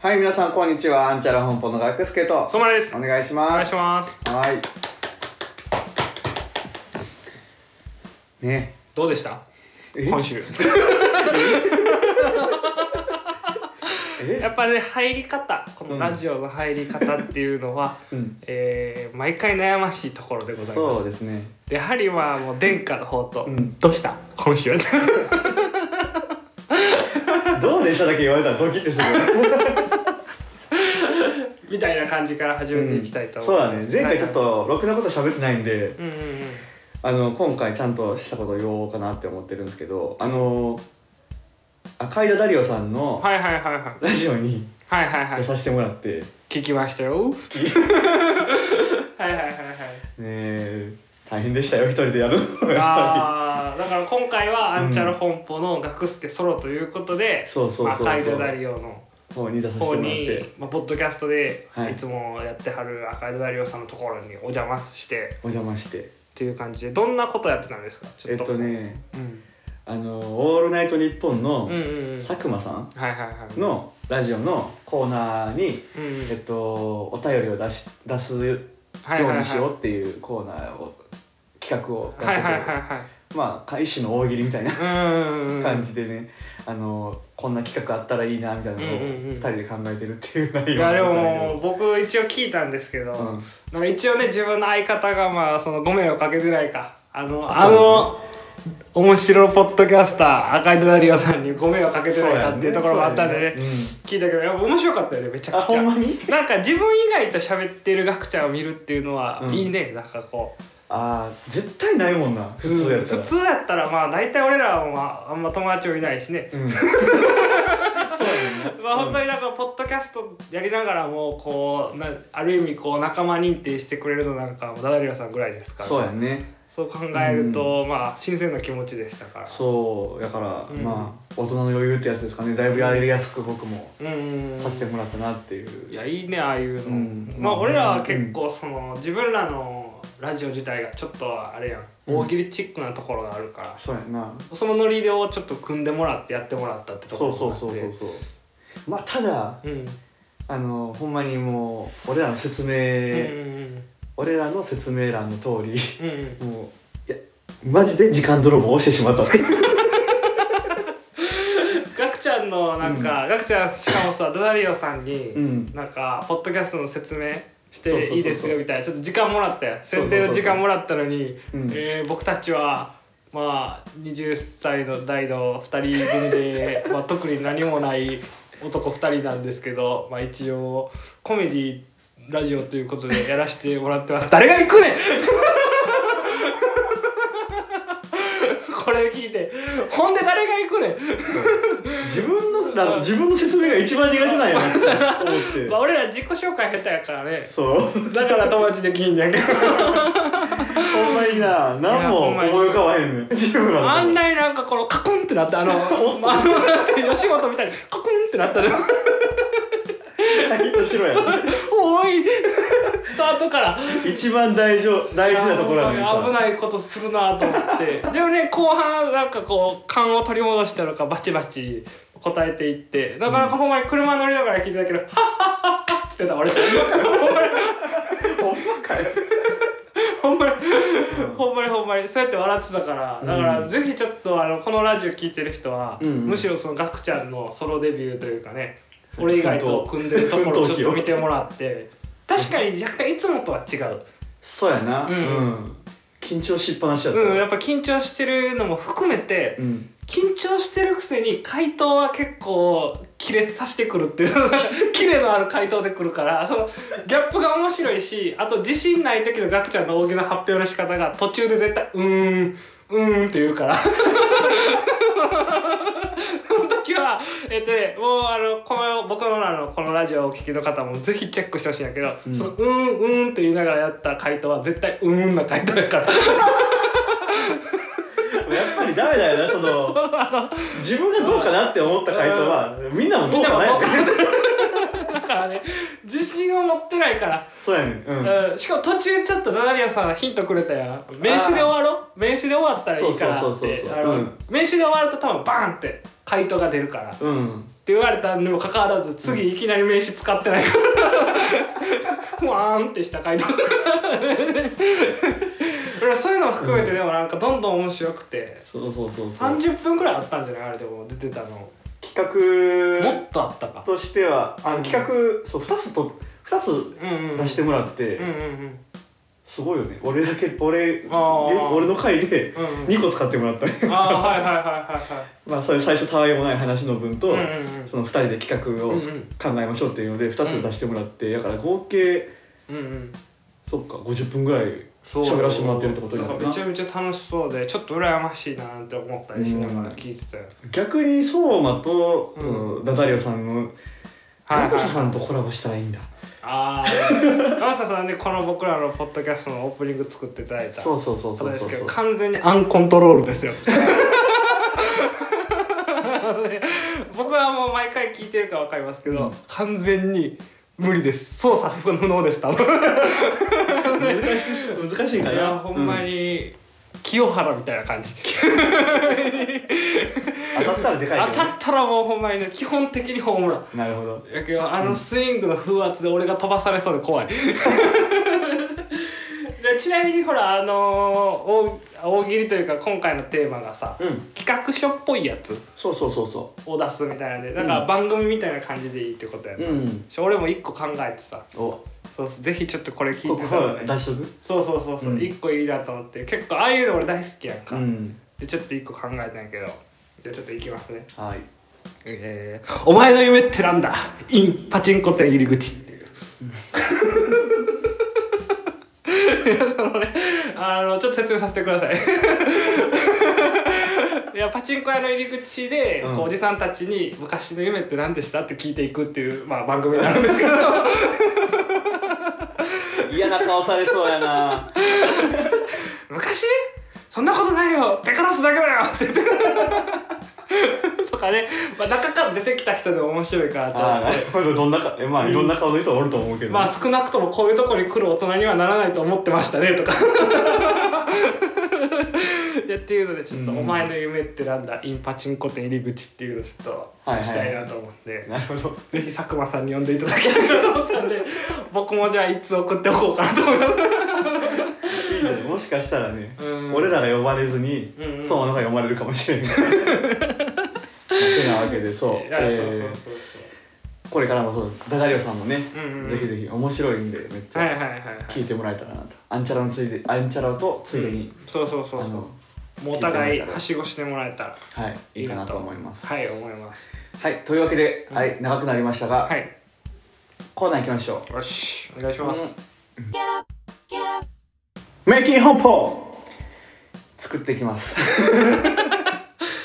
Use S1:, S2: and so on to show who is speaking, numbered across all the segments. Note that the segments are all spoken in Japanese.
S1: はい、皆さん、こんにちは。アンチャラ本舗のガクスケと。
S2: そまです
S1: お
S2: お
S1: 願いします。
S2: 願いします
S1: はい。ね。
S2: どうでした
S1: え
S2: 今週
S1: え
S2: やっぱね入り方このラジオの入り方っていうのは、
S1: うん。
S2: えー毎回悩ましいところでございま
S1: そう
S2: す
S1: ですね。
S2: でやはりまあもう殿下の方と、
S1: うん
S2: どうした今週
S1: どうでしただけ言われたらドキってする。
S2: みたいな感じから始めていきたいと思
S1: そう
S2: いま
S1: だ
S2: す、
S1: ね。前回ちょっと、ろくなこと喋ってないんで、
S2: はい、うんうんうん
S1: あの、今回ちゃんとしたことを言おうかなって思ってるんですけど、あの、赤井田ダリオさんの
S2: はいはいはいはい
S1: ラジオに
S2: はいはいはい
S1: 出させてもらって、
S2: 聞きましたよ はい はいはいはい
S1: ねえ大変でしたよ、一人でやるのがやっぱ
S2: あーだから今回はアンチャル本舗の学助ソロということで、
S1: り。そうそうそうそう。
S2: 赤いダダリオの
S1: 方に出させても
S2: 方
S1: らっ
S2: に
S1: て、
S2: まあ、ポッドキャストで
S1: はい
S2: いつもやってはる赤いダダリオさんのところにお邪魔して
S1: お邪魔して。
S2: っていう感じでどんなことやってたんですかち
S1: え
S2: ょっ
S1: っ
S2: と,、
S1: とね、
S2: うん、
S1: あの、オールナイトニッポン
S2: うんう
S1: の
S2: んうん
S1: 佐久間さん
S2: はいはいはい、
S1: のラジオのコーナーに、
S2: うんうん
S1: えっと、お便りを出し出すよ
S2: は
S1: う
S2: いはいはい
S1: にしようっていうコーナーを企画を
S2: はいはい
S1: や
S2: は
S1: っ
S2: い
S1: てて、まあ一種の大喜利みたいな
S2: はいうんうんうん
S1: 感じでね、あのこんな企画あったらいいなみたいなのを
S2: うんうんう
S1: 2
S2: ん
S1: 人で考えてるっていう内
S2: い
S1: 容なん
S2: やで
S1: です
S2: も僕一応聞いたんですけど、
S1: けどうん
S2: なんか一応ね自分の相方がまあそのご迷惑かけてないかあのあ
S1: そうだね
S2: の面白ポッドキャスター赤井戸ダリオさんにご迷惑かけて
S1: そ
S2: な
S1: う
S2: い
S1: や
S2: かっていうところもあったんでね
S1: そうや
S2: 聞いたけどやっぱ面白かったよねめち
S1: う
S2: ゃ
S1: んあ
S2: くち
S1: ほ
S2: ゃ
S1: んまに
S2: なんか自分以外と喋ってるガクちゃんを見るっていうのは
S1: うん
S2: いいね、なんかこう
S1: あー絶対ないもんな普通やったら
S2: 普通やったらまあ大体俺らは、まあ、あんま友達もいないしね
S1: うんそうやねんな
S2: まあ本当になんかポッドキャストやりながらもこうなある意味こう仲間認定してくれるのなんかもうダダリオさんぐらいですか ら
S1: そうやね
S2: そう考えると、まあ新鮮な気持ちでしたから
S1: そうだから、
S2: うん
S1: まあ大人の余裕ってやつですかねだいぶやりやすく僕も
S2: うんうんうん
S1: させてもらったなっていう、
S2: いやいいねああいうの、
S1: うん
S2: まあ俺らは結構その、自分らのラジオ自体がちょっとあれやん
S1: うん
S2: 大喜利チックなところがあるから、
S1: そうやんな
S2: そのノリでをちょっと組んでもらってやってもらったってとこ
S1: そ
S2: ろ
S1: うそうそうそうそうまあただ
S2: ううん
S1: あのほんまにもう俺らの説明、
S2: うんうん
S1: 俺らの説明欄の通り
S2: うんうん
S1: もういやマジで時間泥棒をしてしまったっていう
S2: ガクちゃんのなんか、ガクちゃんしかもさダダリオさんに、
S1: うん
S2: なんかポッドキャストの説明し
S1: そうそうそうそ
S2: て
S1: う
S2: いいですよみたいなちょっと時間もらったよ
S1: そうそうそう
S2: 先
S1: そう
S2: 定の時間もらったのに、
S1: うん
S2: えー僕たちはまあ20歳の代の2人組で、 まあ、特に何もない男2人なんですけど、まあ、一応コメディラジオということでやらせてもらってます誰が行くねん これ聞いてほんで誰が行くねん
S1: 自分のら自分の説明が一番苦手なんやなって思って
S2: まあ、俺ら自己紹介下手やからね
S1: そう
S2: だから友達できんねんけど
S1: ほんまにな何も思い浮かばへんねん自分は
S2: あんなになんかこのカクンってなってあのあのなんて吉本みたいにカクンってなったの
S1: シャキッとしろや
S2: おいスタートから
S1: 一番大丈夫大事なところやねん
S2: あー危
S1: さ
S2: ないことするなと思ってでもね後半なんかこう勘を取り戻したのかバチバチ答えていってなかなかほんまに車乗りながら聞いてたけど「ハッハッハッハッ」っつってた俺ほんまに
S1: ほんまかよ
S2: ほんまにほんまにほんまにそうやって笑ってたからだから、
S1: うん
S2: ぜひちょっとあのこのラジオ聞いてる人は、
S1: うんうん
S2: むしろそのガクちゃんのソロデビューというかね
S1: そう
S2: 俺以外と組んでるところを
S1: 奮闘
S2: ちょっ
S1: 記
S2: と見てもらって確かに若干いつもとは違う
S1: そうやな
S2: うん
S1: 緊張しっぱなしやった
S2: うんやっぱ緊張してるのも含めて
S1: うん
S2: 緊張してるくせに回答は結構キレさせてくるっていうキレのある回答でくるから そのギャップが面白いしあと自信ない時のガクちゃんの大喜利の発表の仕方が途中で絶対「うーんうーん」って言うからその時はえっとねもうあのこの僕のあのこのラジオをお聞きの方もぜひチェックしてほしいんやけど、
S1: うん
S2: その「うーんうーん」って言いながらやった回答は絶対「うーん」な回答やから。
S1: やっぱりダメだよなその自分がどうかなって思った回答はみんなもどうかなやね
S2: からね自信を持ってないから、
S1: そうやねんうん、
S2: うん、しかも途中ちょっとナダリアさんヒントくれたやん名刺で終わろう名刺で終わったらいいから
S1: そう
S2: っ
S1: そうそうそう
S2: て
S1: そう
S2: あの
S1: うん
S2: 名刺で終わると多分バーンって回答が出るからって
S1: うん
S2: 言われたにもかかわらず次いきなり名刺使ってない から、わーんってした回答 俺そういうのを含めてでもなんかどんどん面白くて
S1: そうそうそうそう
S2: 30分くらいあったんじゃないあれでも出てたの
S1: 企
S2: も
S1: 画
S2: っとあったか
S1: としてはあ
S2: うん
S1: の企画、そう2つと二つ
S2: うんうんうん
S1: 出してもらって、
S2: うんうん
S1: すごいよね俺だけ俺
S2: あー
S1: 俺の回で
S2: うんうん
S1: 2個使ってもらったね
S2: ああはいはいはいはいはい
S1: まあそういう最初たわいもない話の分と、
S2: うんうんうん
S1: その2人で企画を考えましょうっていうので2つ出してもらって、だから合計
S2: うんうん
S1: そっか50分ぐらい
S2: そう
S1: 喋らせてもらってるってことになる
S2: ん
S1: な
S2: かめちゃめちゃ楽しそうでちょっと羨ましいなって思ったりしながら聞いてたよ、
S1: 逆に相馬と、
S2: うん
S1: そのダダリオさんの
S2: はい
S1: ガ
S2: は
S1: ク
S2: い
S1: サさんとコラボしたらいいんだ、
S2: ああマサさんねこの僕らのポッドキャストのオープニング作っていただいた
S1: そうそうそう
S2: そ
S1: そうう
S2: です
S1: そう
S2: け
S1: そ
S2: ど
S1: う
S2: 完全にアンコントロールですよ 僕はもう毎回聞いてるからわかりますけど、
S1: うん
S2: 完全に無理です操作不能です多分
S1: 難しいし難しい
S2: い
S1: かな
S2: やほんまに、清原みたいな感じ
S1: うん当たったらで
S2: 当
S1: かいけど、
S2: た
S1: ね
S2: っ、たらもうほんまにね基本的にホームラン
S1: なるほど
S2: やけどあのスイングの風圧で俺が飛ばされそうで怖い でちなみにほらあのー大大喜利というか今回のテーマがさ
S1: うん
S2: 企画書っぽいやつ
S1: そうそうそうそ
S2: を出すみたいなんでだから
S1: うん
S2: 番組みたいな感じでいいってことや
S1: う
S2: な、
S1: うん
S2: 俺も一個考えてさ
S1: おこ
S2: そうぜひちょっとこれ聞
S1: こ
S2: いてたら
S1: は
S2: ね
S1: 出しとく
S2: そうそうそうそう
S1: うん
S2: 一、個いいなと思って結構ああいうの俺大好きやんか、
S1: うん
S2: でちょっと一個考えたんやけどじゃあちょっといきますね
S1: はい
S2: えーお前の夢ってなんだインパチンコ店入り口っていう。いやそのねあのちょっと説明させてください いやパチンコ屋の入り口で、こう
S1: うん
S2: おじさんたちに「昔の夢って何でした?」って聞いていくっていう、まあ、番組なんですけど
S1: 嫌な顔されそうやな
S2: 昔そんなことないよペカロスだけだよって 言ってとかね、まあ、中から出てきた人でも面白いからと思
S1: あー
S2: っ
S1: な
S2: て
S1: るほどどんなかえまあいろんな顔の人はおると思うけど、
S2: まあ少なくともこういうとこに来る大人にはならないと思ってましたねとか いやっていうのでちょっと「
S1: うん
S2: お前の夢ってなんだインパチンコ店入り口」っていうのをちょっ
S1: はいは
S2: と
S1: い
S2: したいなと思って、
S1: なるほど
S2: ぜひ佐久間さんに呼んでいただきたいなと思ったんで 僕もじゃあいつ送っておこうかなと思います
S1: いいね もしかしたらね、
S2: うん
S1: 俺らが呼ばれずに、
S2: うんうん
S1: そうのが呼ばれるかもしれないてなわけでそう,、
S2: いやそうそう
S1: え
S2: そ
S1: ー、
S2: う
S1: これからもそうダダリオさんもね、
S2: うんうん
S1: ぜひぜひ面白いんでめっち
S2: そうはい
S1: ゃ
S2: はいはいはい
S1: 聞いてもらえたらなと、アンチャラのついでアンチャラとついでに、
S2: そうそうそう
S1: あ
S2: そう
S1: の
S2: もうお互いはしごしてもらえたら
S1: はいいいかなと思いますはい、
S2: はい思います
S1: というわけで、
S2: うん
S1: はい長くなりましたが、
S2: はい
S1: コーナー行きましょ
S2: よしお願いします、
S1: うメイキン本舗作っていきます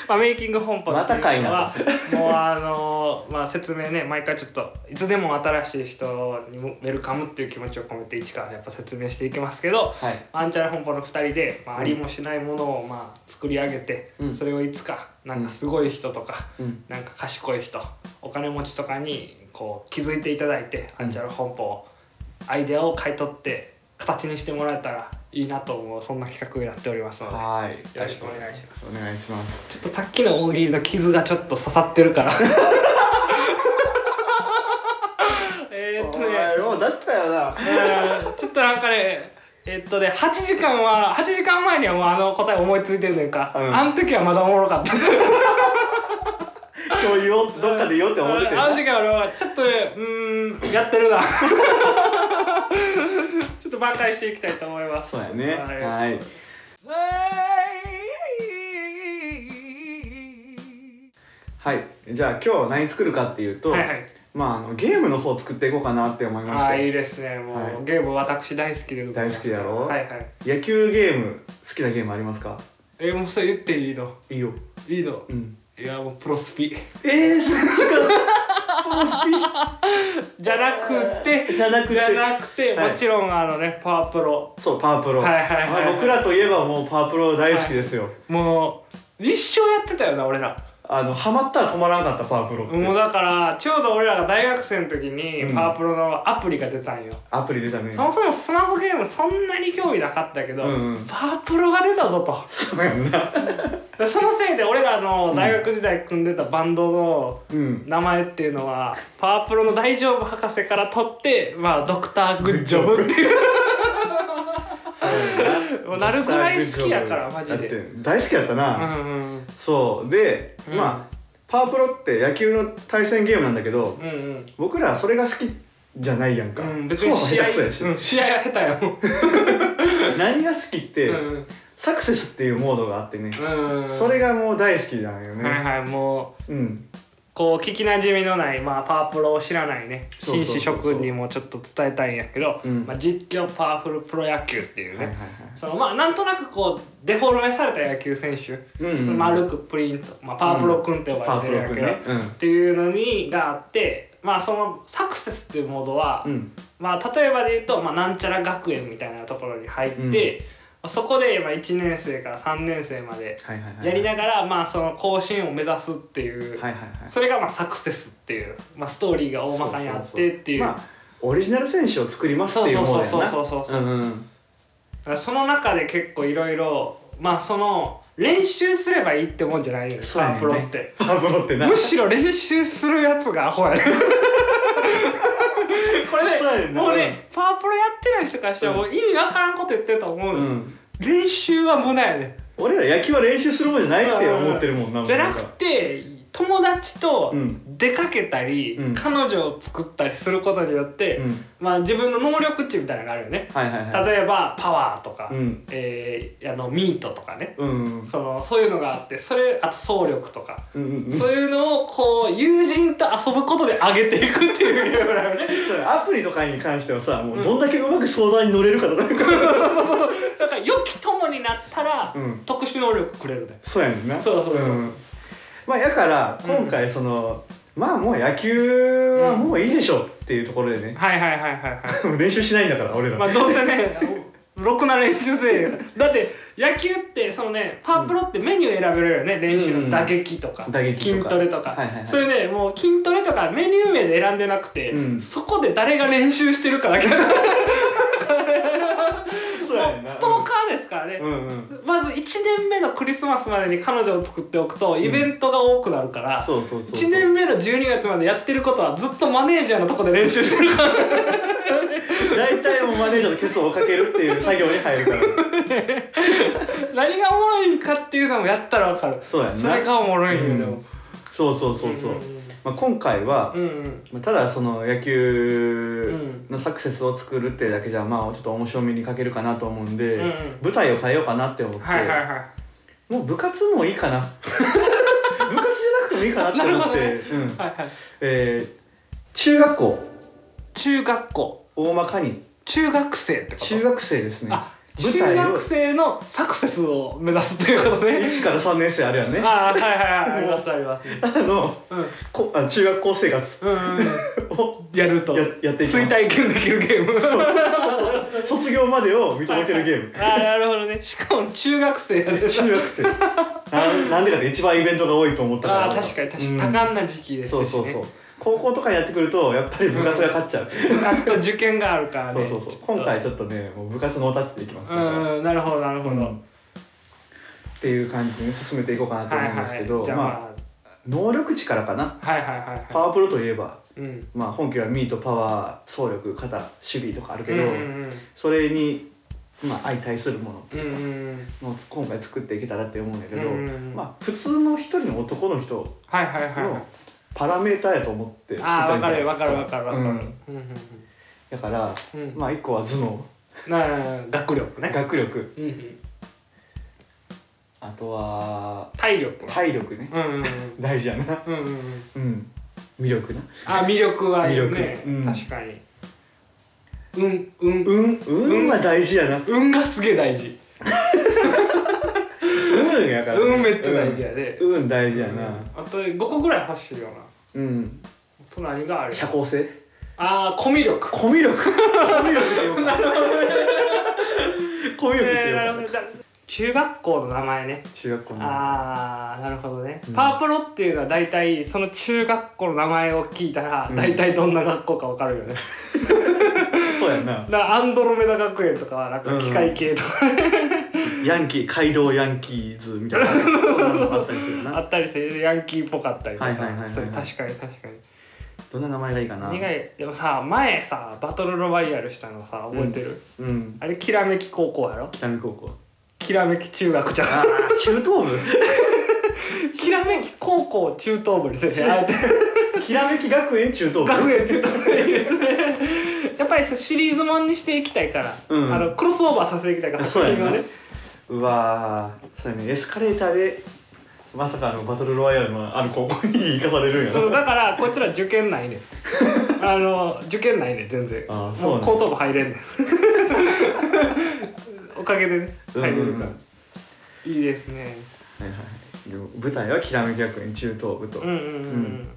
S2: まあ、メイキング本舗
S1: またかいな
S2: はもうあのーまあ、説明ね毎回ちょっといつでも新しい人にもウェルカムっていう気持ちを込めて一からやっぱ説明していきますけど
S1: はい
S2: アンチャラ本舗の2人で、まあ、ありもしないものをまあ作り上げて、
S1: うん
S2: それをいつかなんかすごい人とか、
S1: うん
S2: なんか賢い人お金持ちとかにこう気づいていただいて、
S1: うん
S2: アンチャラ本舗をアイデアを買い取って形にしてもらえたらいいなと思うそんな企画をやっておりますので。
S1: はい
S2: よろしくお願いします
S1: お願いします
S2: ちょっとさっきの大喜利の傷がちょっと刺さってるから えーっとね
S1: もう出したよな
S2: うんちょっとなんかねえーっとね8時間は8時間前にはもうあの答え思いついてるねんか、
S1: うん
S2: あの時はまだおもろかった
S1: 今日言おうどっかで言おうって思ってて
S2: うんあの時は俺はちょっとねうーんやってるな ちょっと挽回していきたいと思います
S1: そうやねはいはいじゃあ今日は何作るかっていうと、
S2: はいはい
S1: まああのゲームの方作っていこうかなって思いまし
S2: ああいい
S1: て
S2: ですねもう、
S1: はい
S2: ゲーム私大好きでございます
S1: 大好きやろ
S2: はいはい
S1: 野球ゲーム好きなゲームありますか
S2: えもうそれ言っていいの
S1: いいよ
S2: いいの
S1: うん
S2: いやもうプロス ピ
S1: えー、そっちか プロス
S2: じゃなくて
S1: じゃなくて
S2: じゃなくて、
S1: はい
S2: もちろんあのねパワープロ
S1: ピそうパワープロ、
S2: はいはいはい
S1: まあ僕らといえばもうパワープロ大好きですよ、
S2: もう一生やってたよな俺ら
S1: ああのハマったら止まらなかったパワープロって、
S2: もうだからちょうど俺らが大学生の時に
S1: うん
S2: パワープロのアプリが出たんよ、
S1: アプリ出たね
S2: そもそもスマホゲームそんなに興味なかったけど、
S1: うんうん
S2: パワープロが出たぞと
S1: そうやんな
S2: でそのせいで俺らの大学時代組んでたバンドの
S1: うん
S2: 名前っていうのはパワープロの大丈夫博士から取ってまあドクターグッジョブっていう
S1: そうや
S2: もうなるぐらい好きやからマジで
S1: だって大好きやったな、
S2: うんうん
S1: そうで、
S2: うん
S1: まあパワープロって野球の対戦ゲームなんだけど
S2: うんうん
S1: 僕らそれが好きじゃないやんか、
S2: うん、別に
S1: そう
S2: 試
S1: 下
S2: 合
S1: 手くそやし、
S2: うん、試合は下手やもん、
S1: 何が好きって、
S2: うん
S1: サクセスっていうモードがあってね、
S2: うん、
S1: それがもう大好きなんよね、
S2: はいはいもう
S1: うん
S2: こう聞きなじみのない、まあ、パワープロを知らないね
S1: そうそう
S2: 紳
S1: そう
S2: 士諸君にもちょっと伝えたいんやけど、
S1: うん
S2: まあ、実況パワフルプロ野球っていう
S1: は
S2: ね、
S1: いはいはい
S2: そのまあ、なんとなくこうデフォルメされた野球選手、
S1: うんうん
S2: 丸くプリント、まあ、パワープロ君って呼
S1: パ
S2: ば
S1: ワー
S2: れ
S1: プ
S2: てるん
S1: ロ
S2: や
S1: 君
S2: けど、
S1: ねうん
S2: っていうのにがあってまあそのサクセスっていうモードは、
S1: うん
S2: まあ、例えばで言うと、まあ、なんちゃら学園みたいなところに入って、まあそこでまあ1年生から3年生まで
S1: はいはいはい
S2: やりながら、まあ、その更新を目指すっていう、
S1: はいはいはい
S2: それがまあサクセスっていう、まあ、ストーリーが大まかにあってっていう
S1: そそそまあオリジナル選手を作りますっていうものやな
S2: そうそうそうそうそ
S1: う
S2: う
S1: んうん
S2: だからその中で結構いろいろまあその練習すればいいってもんじゃないよね
S1: そうやね
S2: パワ
S1: んね
S2: ープロって。
S1: パワープロってな
S2: むしろ練習するやつがアホやねこれ
S1: そう
S2: ね
S1: やねんな
S2: もうねパワープロやってない人からしたらもう意味わからんこと言ってると思うの、
S1: うん
S2: 練習は無駄やね
S1: 俺ら野球は練習するもんじゃないって思ってるもんな
S2: じゃなくて友達と
S1: うん
S2: 出かけたり、
S1: うん
S2: 彼女を作ったりすることによって、
S1: うん
S2: まあ自分の能力値みたいなのがあるよね
S1: はいはいはい
S2: 例えばパワーとか、
S1: うん
S2: えーあのミートとかね
S1: うんうん
S2: そのそういうのがあってそれあと総力とか、
S1: うんうんうん
S2: そういうのをこう友人と遊ぶことで上げていくっていうゲームなのね
S1: それアプリとかに関してはさもうどんだけうまく相談に乗れるかとか、
S2: だから良き友になったら、
S1: うん
S2: 特殊能力くれるね
S1: そうやねんな
S2: そうそうそうん
S1: まあやから今回その、まあもう野球はもういいでしょっていうところでね、
S2: はいはいはいはいはい
S1: 練習しないんだから俺ら、
S2: まあどうせねろくな練習せえよだって野球ってそのねパワープロってメニュー選べるよね、練習の打撃とか,、
S1: 打撃とか
S2: 筋トレとか、
S1: はいはいはい
S2: それで、もう筋トレとかメニュー名で選んでなくて、
S1: うん
S2: そこで誰が練習してるかだけもう
S1: そうやねんな
S2: ストーカーですからね、
S1: うんうん
S2: まず1年目のクリスマスまでに彼女を作っておくとイベントが多くなるから、
S1: そうそうそう
S2: 1年目の12月までやってることはずっとマネージャーのとこで練習してるから
S1: 大体もうマネージャーのケツを追っかけるっていう作業に入るから
S2: 何がおもろいんかっていうのもやったら分かる
S1: そうやんな
S2: れがおもろいんよ、
S1: うん
S2: でも
S1: そうそうそうそう、
S2: ん
S1: まあ、今回は、
S2: うんうん
S1: まあただその野球
S2: うん
S1: のサクセスを作るってだけじゃまあちょっと面白みに欠けるかなと思うんで、
S2: うんうん
S1: 舞台を変えようかなって思って、
S2: はいはいは
S1: もう部活もいいか な部活じゃなくてもいいかなって思って、うん
S2: ないはいはい
S1: えー中学校
S2: 中学校
S1: 大まかに
S2: 中学生ってこと
S1: 中学生ですね
S2: あ
S1: 舞
S2: 中
S1: 台を
S2: 学生のサクセスを目指すっていうことね
S1: 1から3年生あるやんねあ
S2: ああはいはいはいありますあります
S1: の
S2: うんうん
S1: こあ中学校生活
S2: うん うん
S1: を
S2: やると
S1: ややっていきま
S2: 追
S1: す
S2: 体験できるゲー ムそう
S1: 卒業までを見届けるゲーム
S2: ああなるほどねしかも中学生やで
S1: 中 学生ななんでかって一番イベントが多いと思ったから
S2: ああ確かに確か
S1: う
S2: に
S1: ん
S2: 多感な時期ですし、ね
S1: そうそうそう高校とかにやってくるとやっぱり部活が勝っちゃう、
S2: 部活と受験があるからね
S1: そうそうそう今回ちょっとねもう部活のおタッチでいきます
S2: う
S1: だから
S2: んうんなるほどなるほど、
S1: う
S2: は
S1: んっていう感じで、ね、進めていこうかないと思うんです
S2: は
S1: け
S2: い
S1: ど、
S2: じゃあ
S1: まあ、
S2: ま
S1: 能力値からかな
S2: あはいはいはい
S1: パ
S2: は
S1: ワープロといえば、
S2: いうん
S1: まあ、本家はミートパワー総力肩守備とかあるけ
S2: うん
S1: ど、
S2: うん
S1: それに、まあ、相対するもの
S2: うんうんうん
S1: も今回作っていけたらって思うんだけど、
S2: うんうんうん
S1: まあ、普通の一人の男の人
S2: はいはいはいはい
S1: のパラメーターやと思って作
S2: ああ
S1: っ
S2: 分
S1: た
S2: か
S1: んじゃ
S2: る
S1: ない
S2: 分かる分かる分かる
S1: う
S2: うんんうんうん
S1: だから、
S2: うん
S1: まあ一個は頭脳
S2: な学力ね
S1: 学力
S2: うんうん
S1: あとは
S2: 体力は
S1: 体力ね
S2: うんうん
S1: 大事やな
S2: うんうんうんうん
S1: うん魅力な
S2: あ魅力はいるね
S1: 魅力うん
S2: 確かに運運
S1: 運運は大事やな
S2: 運がすげえ大事
S1: 運やからね
S2: 運めっちゃ大事やで
S1: うん運大事やな
S2: あと5個ぐらい欲しいよな
S1: うん
S2: あと何がある
S1: 社交性
S2: ああコミュ力
S1: コミュ力コミュ力でよかったコミュ力で
S2: えー
S1: よ
S2: なる
S1: か
S2: ほ
S1: っ
S2: どじゃあ中学校の名前ね
S1: 中学校の
S2: ああなるほどね、
S1: うん
S2: パープロっていうのは大体その中学校の名前を聞いたら
S1: うん
S2: 大体どんな学校かわかるよ ね、
S1: そうやんな
S2: だからアンドロメダ学園とかはなんか機械系とか
S1: ヤンキー街道ヤンキーズみたいなそんなのもあったりするよ
S2: あ
S1: な
S2: ったりしてヤンキーっぽかったりとか
S1: はいはいはいはいはい
S2: する確かに確かに
S1: どんな名前がいいかな
S2: 苦いでもさ前さバトルロワイヤルしたのさ覚えてる、
S1: うん
S2: あれきらめき高校 やろ
S1: 北見高校
S2: きらめき中学じゃん
S1: ああ中等部
S2: きらめき高校中等部に先生あえて
S1: きらめき学園中等部
S2: 学園中等部にですねやっぱりさシリーズもんにしていきたいから、
S1: うん
S2: あのクロスオーバーさせていきたいから
S1: そうやな
S2: 作品をね
S1: うわーそうやねエスカレーターでまさかあのバトルロワイヤルのある高校に生かされるんやな
S2: そうだからこいつら受験ないねんあの受験ないねん全然
S1: あーそうなんや
S2: もう後頭部入れんねんおかげでね
S1: うん
S2: 入
S1: うん
S2: れ
S1: う
S2: る
S1: ん
S2: から、
S1: はい
S2: いですね
S1: はいはいでも舞台はきらめき学園中等部と、
S2: うんうんうんうん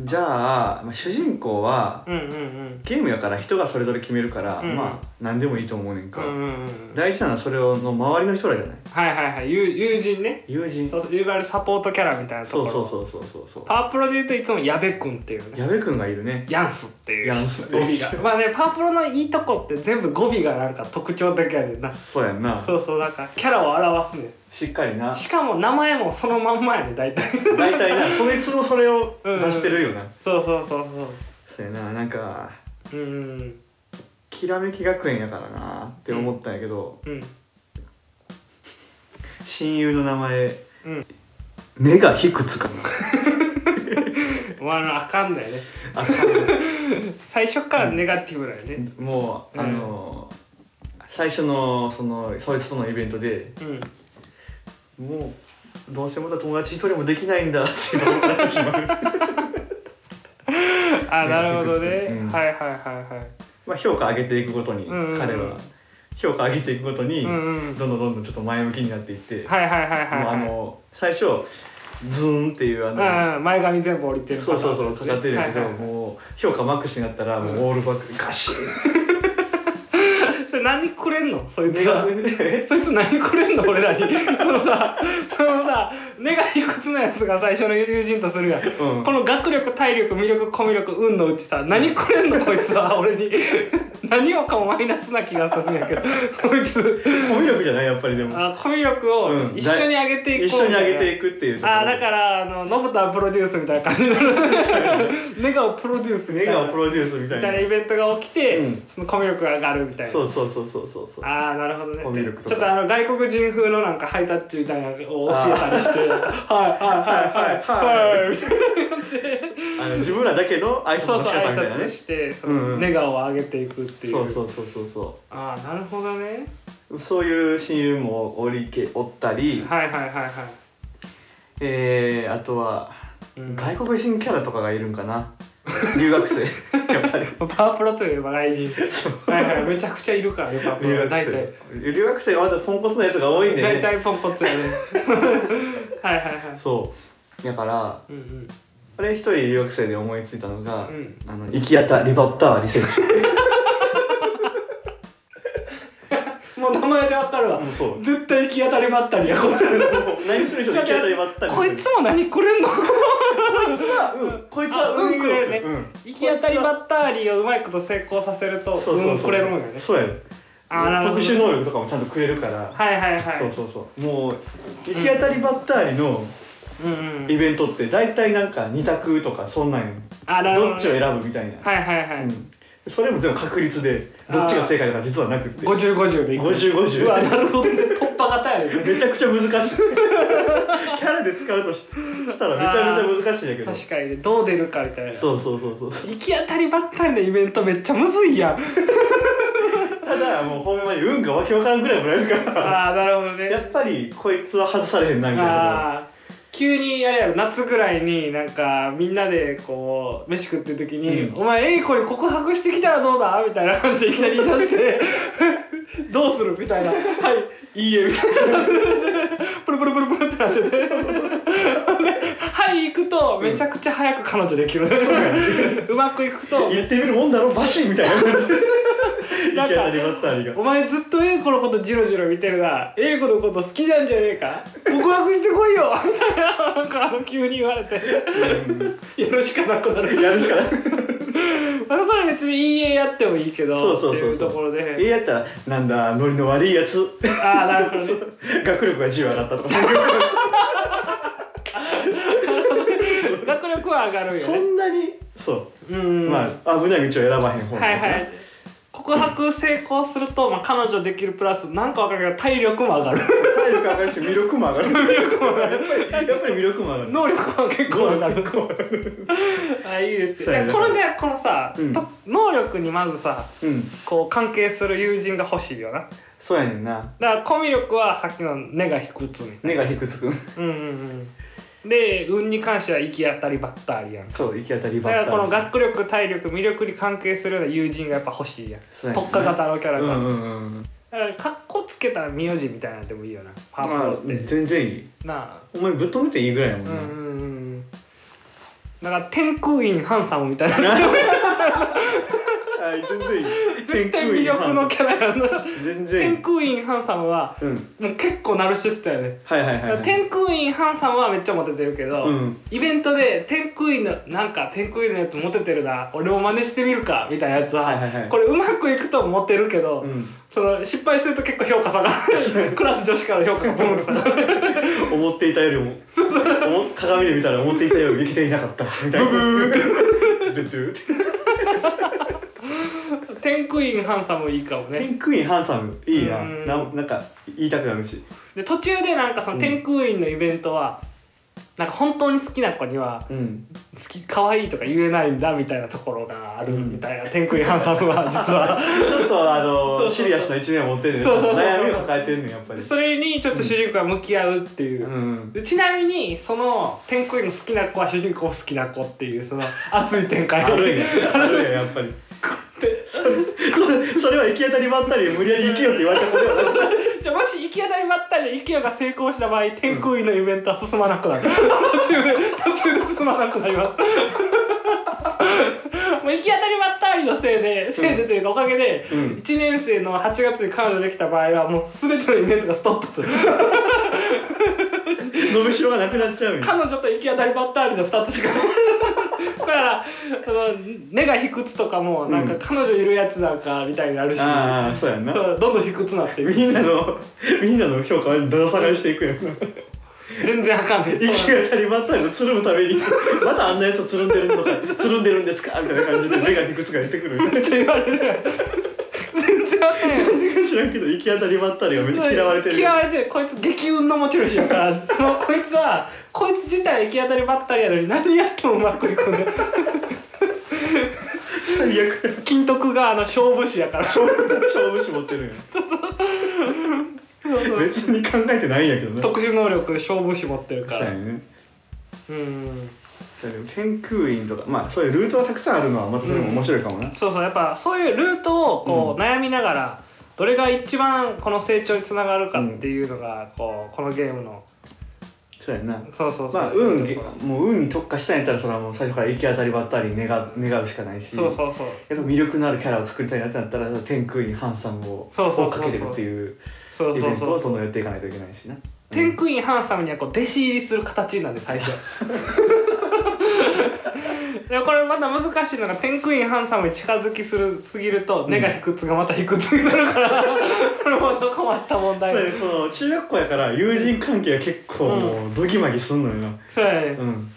S1: じゃあ、まあ、主人公は
S2: うんうんうん
S1: ゲームやから人がそれぞれ決めるから、
S2: うん
S1: まあ何でもいいと思うねんか、
S2: うんうんうん
S1: 大事なのはそれをの周りの人らじゃない
S2: はいはいはい友友人ね
S1: 友人
S2: そうそういわゆるサポートキャラみたいなとこ
S1: そ
S2: ろ
S1: うそうそうそうそうそう
S2: パワープロで言うといつも矢部君っていうね
S1: 矢部君がいるね
S2: ヤンスっていう
S1: ヤンス
S2: 語尾が まあねパワープロのいいとこって全部語尾がなんか特徴だけやねんな
S1: そうやんな
S2: そうそうなんかキャラを表すね
S1: しっかり
S2: ん
S1: な
S2: しかも名前もそのまんまやねん大体
S1: 大体なそいつもそれを
S2: うん
S1: 出してるよな、
S2: そうそうそう
S1: そうやななんか
S2: そううん
S1: きらめき学園やからなって思ったんやけど、
S2: うん
S1: 親友の名前、
S2: うん
S1: 目がいくつかな
S2: お前のあかんだよね
S1: あ
S2: 最初からネガティブだよね
S1: もう、
S2: う
S1: あ
S2: ん
S1: の最初のそのそいつとのイベントで
S2: うん
S1: もうどうせまた友達一人もできないんだって思ってしま う
S2: あなるほどね、
S1: うん
S2: はいはいはいはい
S1: まあ評価上げていくごとに、
S2: うんうんうん
S1: 彼は評価上げていくごとに、
S2: うんうん
S1: どんどんどんどんちょっと前向きになっていって、
S2: はいはいはいは
S1: もう
S2: いはい
S1: あの最初ズーンっていうあの、
S2: うんうん、前髪全部降りてる
S1: そうそうそう
S2: パ
S1: 使
S2: ター
S1: っ
S2: ン
S1: て
S2: で
S1: る
S2: すね
S1: けど、
S2: はいはいはい
S1: もう評価マックスになったらもうオールバックガシッ
S2: それ何くれんのそい
S1: 目
S2: つは
S1: が
S2: そいつ何くれんの俺らにこのさこのさ根がいくつのやつが最初の友人とするやん
S1: うん
S2: この学力体力魅力コミュ力運のうちさ何くれんのこい つは俺に何をかマイナスな気がするんやけどこいつ
S1: コミュ力じゃないやっぱりでも
S2: あコミュ力を
S1: うん
S2: 一緒に上げてい
S1: 一
S2: こう
S1: 緒
S2: み
S1: に
S2: たいな
S1: 上げていくっていう
S2: あだかららあの信田プロデュースみたいな感じの ネガをプロデュースみ
S1: 目
S2: たいな
S1: がプロデュースみた
S2: みたいないイベントが起きて、
S1: うん
S2: そのコミュ力が上がるみた
S1: な
S2: いな
S1: そうそうそうそうそうそう
S2: ああなるほどね
S1: コミュ力と
S2: ち
S1: か
S2: ょっとあの外国人風のなんかハイタッチみたいなのを教えたりして「はいはいはいはいはい」みたいな
S1: あの自分らだけの挨拶
S2: そう
S1: の
S2: そ
S1: 仕
S2: う
S1: 方
S2: 挨
S1: みたいなね
S2: 拶してそ
S1: うん
S2: の
S1: うん
S2: ネガを上げていくっていう
S1: そうそうそうそうそ
S2: ああなるほどね
S1: うそういう親友もおりけおったり、
S2: はいはいはいはい
S1: えー、あとは、
S2: うん
S1: 外国人キャラとかがいるんかな留学生やっぱり
S2: パワープロといえば外人
S1: そう
S2: はいはいめちゃくちゃいるからねパワープ
S1: 留
S2: ロ
S1: 学
S2: 大体
S1: 生留学生はまだポンコツなやつが多いんで
S2: 大
S1: ね
S2: 体ポンコツ やねはいはいはい
S1: そうだから
S2: うんうん
S1: あれ一人留学生で思いついたのが、
S2: うん
S1: あの行き当たりばったり選手
S2: もう名前でわかるわ
S1: もうそう
S2: 絶対行き当たりばったりやこい つ
S1: 何する人も行き当たりばったり
S2: こいつも何くれんの
S1: こいつはうんこいつは
S2: あ
S1: うんくれるね、
S2: うん行き当たりばったりをうまいこと成功させると
S1: そうそうそう、
S2: うんくれるもんよね
S1: そうや
S2: あーなるほど
S1: 特殊能力とかもちゃんとくれるから、
S2: はいはいはい
S1: そうそうそうもう行き当たりばったりの
S2: うんうん
S1: イベントって大体なんか二択とかそんなんよ
S2: あなるほ
S1: ど
S2: ど
S1: っちを選ぶみたいな、
S2: はいはいはい、
S1: うん、それも全部確率でどっちが正解とか実はなくて
S2: 50、50でいく
S1: 5050
S2: うわなるほどね突破型やね
S1: めちゃくちゃ難しいキャラで使うとししたらめちゃめちゃ難しい んやけど
S2: 確かにねどう出るかみたいな
S1: そうそうそうそう
S2: 行き当たりばったりのイベントめっちゃむずいや ん
S1: ただもうほんまに運がわけわからんぐらいもらえるから
S2: ああなるほど
S1: や
S2: ね
S1: っぱりこいつは外されへんなみたいな
S2: ああ急にあれやろ夏ぐらいになんかみんなでこう飯食ってる時に「
S1: うん
S2: お前えい子に告白してきたらどうだ?」みたいな感じでいきなり言い出して 「どうする?」みたいな「はいいいえ」みたいなプルプルプルプルってなって て「はい」行くとめちゃくちゃ早く彼女できる、うまくいくと
S1: 言ってみるもんだろバシみたいな感じ行き当たりばったりが
S2: お前ずっと英子のことジロジロ見てるが英子のこと好きなんじゃねえか告白してこいよみたいななんかあの急に言われてやるしかなくなる
S1: やるしかない
S2: まあだから別にいい絵やってもいいけど
S1: そうそうそうそう
S2: っていうところ
S1: え
S2: で
S1: やったらなんだノリの悪いやつ
S2: ああなるほどね
S1: 学力が10上がったとか
S2: 学力は上がるよ
S1: そ
S2: ね
S1: んなにそうう、
S2: ん
S1: まあ危ない道を選ばへん方
S2: は
S1: なんで
S2: い
S1: すね、
S2: はい告白成功すると、まあ、彼女できるプラスなんかわかるけど体力も上がる
S1: 体力上がるし魅力も上がる 魅力も上がるやっぱりやっぱり魅力も上がる
S2: 能力も結構 上がる
S1: 結構上がる
S2: あいいです
S1: そうや
S2: ね
S1: ね
S2: これでこのさ、
S1: うん
S2: と能力にまずさ
S1: うん
S2: こう関係する友人が欲しいよなだか
S1: そうやねんな
S2: らコミュ力はさっきの根が低つみたい
S1: 根が低くつく
S2: なうんうんうんで運に関しては行き当たりばったりやん か
S1: そう行き当たり
S2: だ
S1: ば
S2: か
S1: った
S2: ら
S1: り
S2: この学力体力魅力に関係するような友人がやっぱ欲しいやん
S1: そうやねん
S2: 特化型のキャラ
S1: うん
S2: が、
S1: うんうん
S2: だからかっこつけた名字みたいなのでもいいよなパー
S1: ま
S2: プ
S1: あ
S2: ロって、
S1: 全然いい
S2: なあ
S1: お前ぶっ飛んでていいぐらいやもん
S2: う
S1: ね、
S2: んうんうんだから天空院ハンサムみたいな
S1: はい全然いい
S2: 絶対魅力のキャラやな
S1: 全然い
S2: 天
S1: い
S2: 空院ハンサムは
S1: うん
S2: もう結構ナルシストやね、
S1: はいはいはい、はい、
S2: 天空院ハンサムはめっちゃモテてるけど、
S1: うん
S2: イベントで天空院のなんか天空院のやつモテてるな俺も真似してみるかみたいなやつは,、
S1: はいはいはい
S2: これうまくいくとモテるけど、
S1: うん
S2: その失敗すると結構評価下が るクラス女子から評価がボンと下がる
S1: 思っていたよりも思鏡で見たら思っていたよりできていなかったみたいなブブーって
S2: 天空院ハンサムいいかもね
S1: ピンクインハンサムいいな
S2: うん
S1: ななんか言いたくなるし
S2: で途中でなんかその天空院のイベントは、なんか本当に好きな子には
S1: うん
S2: 好き可愛いとか言えないんだみたいなところがある
S1: うん
S2: みたいな、天空院ハンサムは実は
S1: ちょっとあの
S2: そうそうそう
S1: シリアスな一面を持ってるね
S2: そうそうそう
S1: 悩みを抱えてるねやっぱり
S2: でそれにちょっと主人公が向き合うっていうう、
S1: ん
S2: でちなみにその天空院の好きな子は主人公好きな子っていうその熱い展開
S1: あ
S2: が
S1: るんやあるんややっぱり
S2: で
S1: それそれは行き当たりばったり無理やり行けよって言われたことやな
S2: じゃあもし行き当たりばったりで IKEA が成功した場合天空院のイベントは進ま なくなる途中で途中で進まなくなります もう行き当たりばったりのせいでせいでというかおかげで、
S1: うん
S2: 1年生の8月に彼女できた場合はもう全てのイベントがストップする
S1: 伸びしろがなくなっちゃうみたい
S2: 彼女と行き当たりばったりの2つしか だからその根が卑屈とかもなんか
S1: うん
S2: 彼女いるやつなんかみたいになるし、
S1: なああそうやんな
S2: そう どんどん卑屈になっていく
S1: みんなのみんなの評価はだだ下がりしていくやん
S2: 全然あかんねん
S1: 行き当たりばったりのつるむためにまだあんなやつつるんでるのかつるんでるんですかみたいな感じで目がいくつか出てくる
S2: めっちゃ言われるやん全然わかんない
S1: 何か知らんけど行き当たりばったりがめっちゃ嫌われてる
S2: 嫌われてるこいつ激運の持ち主やからそのこいつはこいつ自体行き当たりばったりやのに何やってもうまくいくね
S1: 最悪
S2: 金徳があの勝負師やからそう
S1: 勝負師持ってるや
S2: そ
S1: ん
S2: う
S1: 別に考えてないんやけどな
S2: 特殊能力勝負師持ってるか
S1: そうや
S2: ら
S1: ね
S2: うん
S1: そうやね天空院とかまあそういうルートがたくさんあるのはまたそれも面白いかもな、
S2: そうそうやっぱそういうルートをこう悩みながらどれが一番この成長につながるかっていうのがこうこのゲームの
S1: そうやな
S2: そうそうそう
S1: まあ運げもう運に特化したんやったらそれはもう最初から行き当たりばったり願う願うしかないし
S2: そうそうそう
S1: やっぱ魅力のあるキャラを作りたいなってなったら天空にハンサムを
S2: そうそうそうそ
S1: 追
S2: う
S1: っかけてるっていう
S2: そう
S1: イ
S2: そ
S1: ベ
S2: う
S1: ント
S2: そ
S1: を
S2: う
S1: 整えていかないといけないしな
S2: 天空院ハンサムにはこう弟子入りする形なんで最初 でもこれまた難しいのが天空院ハンサムに近づきするすぎると根が卑屈がまた卑屈になるから これもちょっと困った問
S1: そ
S2: 題
S1: うやねこの中学校やから友人関係は結構もうドギマギすんのよな
S2: そうやね
S1: うん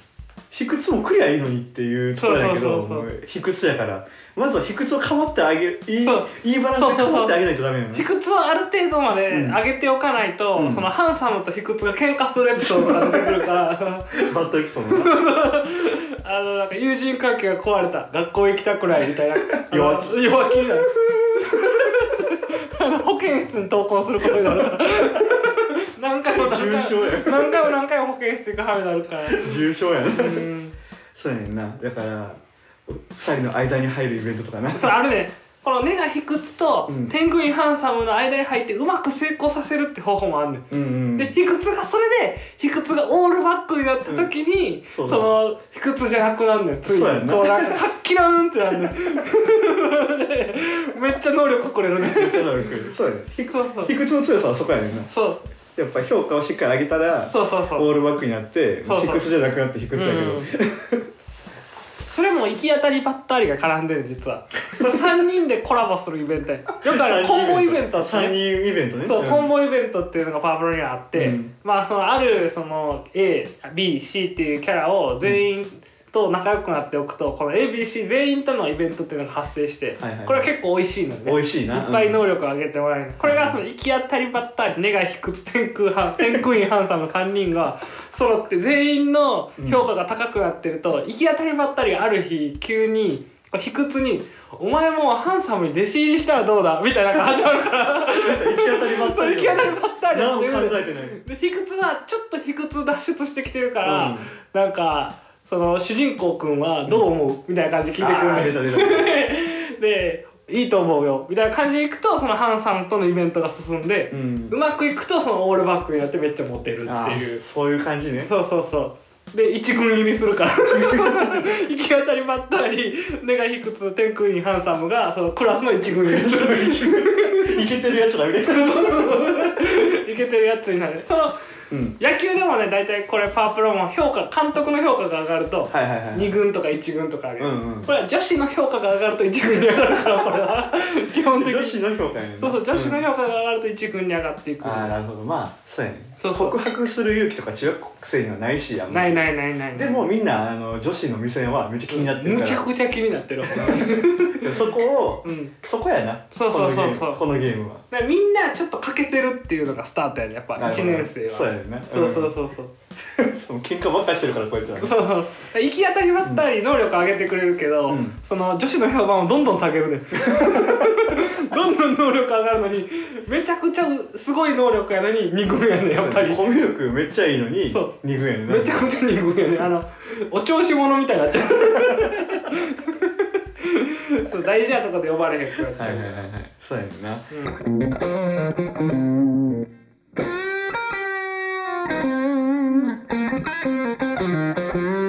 S1: 卑屈もくりゃいいのにっていうところやけど
S2: そうそうそうそ
S1: も
S2: う
S1: う卑屈やからまずは卑屈をかまってあげるいい
S2: そう
S1: いいバランスでかまってあげないとダメよ
S2: 卑
S1: ね
S2: 屈をある程度まで上げておかないと、
S1: うん
S2: そのハンサムと卑屈が喧嘩するエピソードが出てくるから
S1: バッドエピソードな
S2: あのなんか友人関係が壊れた学校行きたくないみたいな
S1: 弱
S2: 気弱気になるあの保健室に登校することになるから何回も何回
S1: 重
S2: も
S1: 症や
S2: 何回も何回も保健室行くはめになるから
S1: 重症やな
S2: うん
S1: そうやねんなだから二人の間に入るイベントとかな
S2: そうあるねこの根が卑屈と
S1: うん
S2: 天狗にハンサムの間に入ってうまく成功させるって方法もあるねん
S1: うんうん
S2: で卑屈がそれで卑屈がオールバックになった時に、
S1: うんそ
S2: そう
S1: だ
S2: の卑屈じゃなくなんねんついに
S1: そうやんな
S2: こうなんか活気なうんってなんねん めっちゃ能力これるね
S1: めっちゃ能力そうやね
S2: そうそう
S1: 卑屈の強さはそこやねんな
S2: そう
S1: やっぱ評価をしっかり上げたら
S2: そうそう
S1: オ
S2: そう
S1: ールバックになって
S2: そうそう
S1: 卑屈じゃなくなって卑屈やけど、
S2: うんそれも行き当たりばったりが絡んでる実は3人でコラボするイベントやよくあるコンボイベントってね
S1: 3人イベントね
S2: そうコン
S1: ボ
S2: ボイベントっていうのがパワープロにはあって、
S1: うん
S2: まあそのあるその ABC っていうキャラを全員と仲良くなっておくとこの ABC 全員とのイベントっていうのが発生して、
S1: はいはいはい
S2: これは結構美味しいので、ね、
S1: 美味しいない
S2: っぱい能力を上げてもらえる、これがその行き当たりばったり根が低く天空 ハン天空院ハンサム3人が揃って全員の評価が高くなってると、行き当たりばったりある日急にこう卑屈に「お前もうハンサムに弟子入りしたらどうだ」みたいなのが始まるから。
S1: 行き当たりばっ
S2: そう行き当たりばったり
S1: 何
S2: っ
S1: も
S2: て
S1: 考
S2: いう
S1: えてない
S2: で卑屈はちょっと卑屈脱出してきてるから、
S1: うん
S2: なんかその主人公くんはどう思う、みたいな感じで聞いてくるん
S1: あー
S2: だ
S1: 出た
S2: よ
S1: 出た
S2: でいいと思うよみたいな感じでいくとそのハンさんとのイベントが進んで、
S1: うん
S2: うまくいくとそのオールバックになってめっちゃモテるって
S1: あ
S2: い
S1: ー
S2: う
S1: そういう感じ ね
S2: そうそうそうで一軍入りするから 行き当たりばったり根が卑屈天空院ハンサムがそのクラスの一軍入りする
S1: いけてるやつらみたいな
S2: イケてるやつになるその
S1: うん
S2: 野球でもね大体これパワープロも評価監督の評価が上がると
S1: はいはいはい
S2: 2軍とか1軍とか上げる、
S1: うんうん
S2: これは女子の評価が上がると1軍に上がるからこれ は基本的に
S1: 女子の評価やねんな
S2: そうそう女子の
S1: ん
S2: 評価が上がると1軍に上がっていく、
S1: ああなるほどまあそうやね
S2: そうそう
S1: 告白する勇気とか中学生にはないしやんま
S2: ない
S1: り
S2: ないないない
S1: でもみんなあの女子の目線はめっちゃ気になってる
S2: むちゃ
S1: か
S2: くちゃ気になってる
S1: らそこを
S2: うん
S1: そこやな
S2: そうそうそうそう
S1: このゲームこのゲームは
S2: だからみんなちょっと欠けてるっていうのがスタートやねやっぱ1年生は
S1: そうやねんな
S2: そうそう
S1: そ
S2: そうそう
S1: うんその喧嘩ばっかしてるからこいつら
S2: そうそう行き当たりばったり能力上げてくれるけど、
S1: うん
S2: その女子の評判をどんどん下げるね どんどん能力上がるのにめちゃくちゃすごい能力やのに2軍やねやっぱり
S1: コミュ力めっちゃいいのに
S2: そう
S1: 二軍やねんな
S2: めちゃくちゃ2軍やねあのお調子者みたい になっちゃうそう大事なとこで呼ばれへんくなっちゃう、
S1: はいはいはいはいそうやねんな
S2: う
S3: 「
S2: ん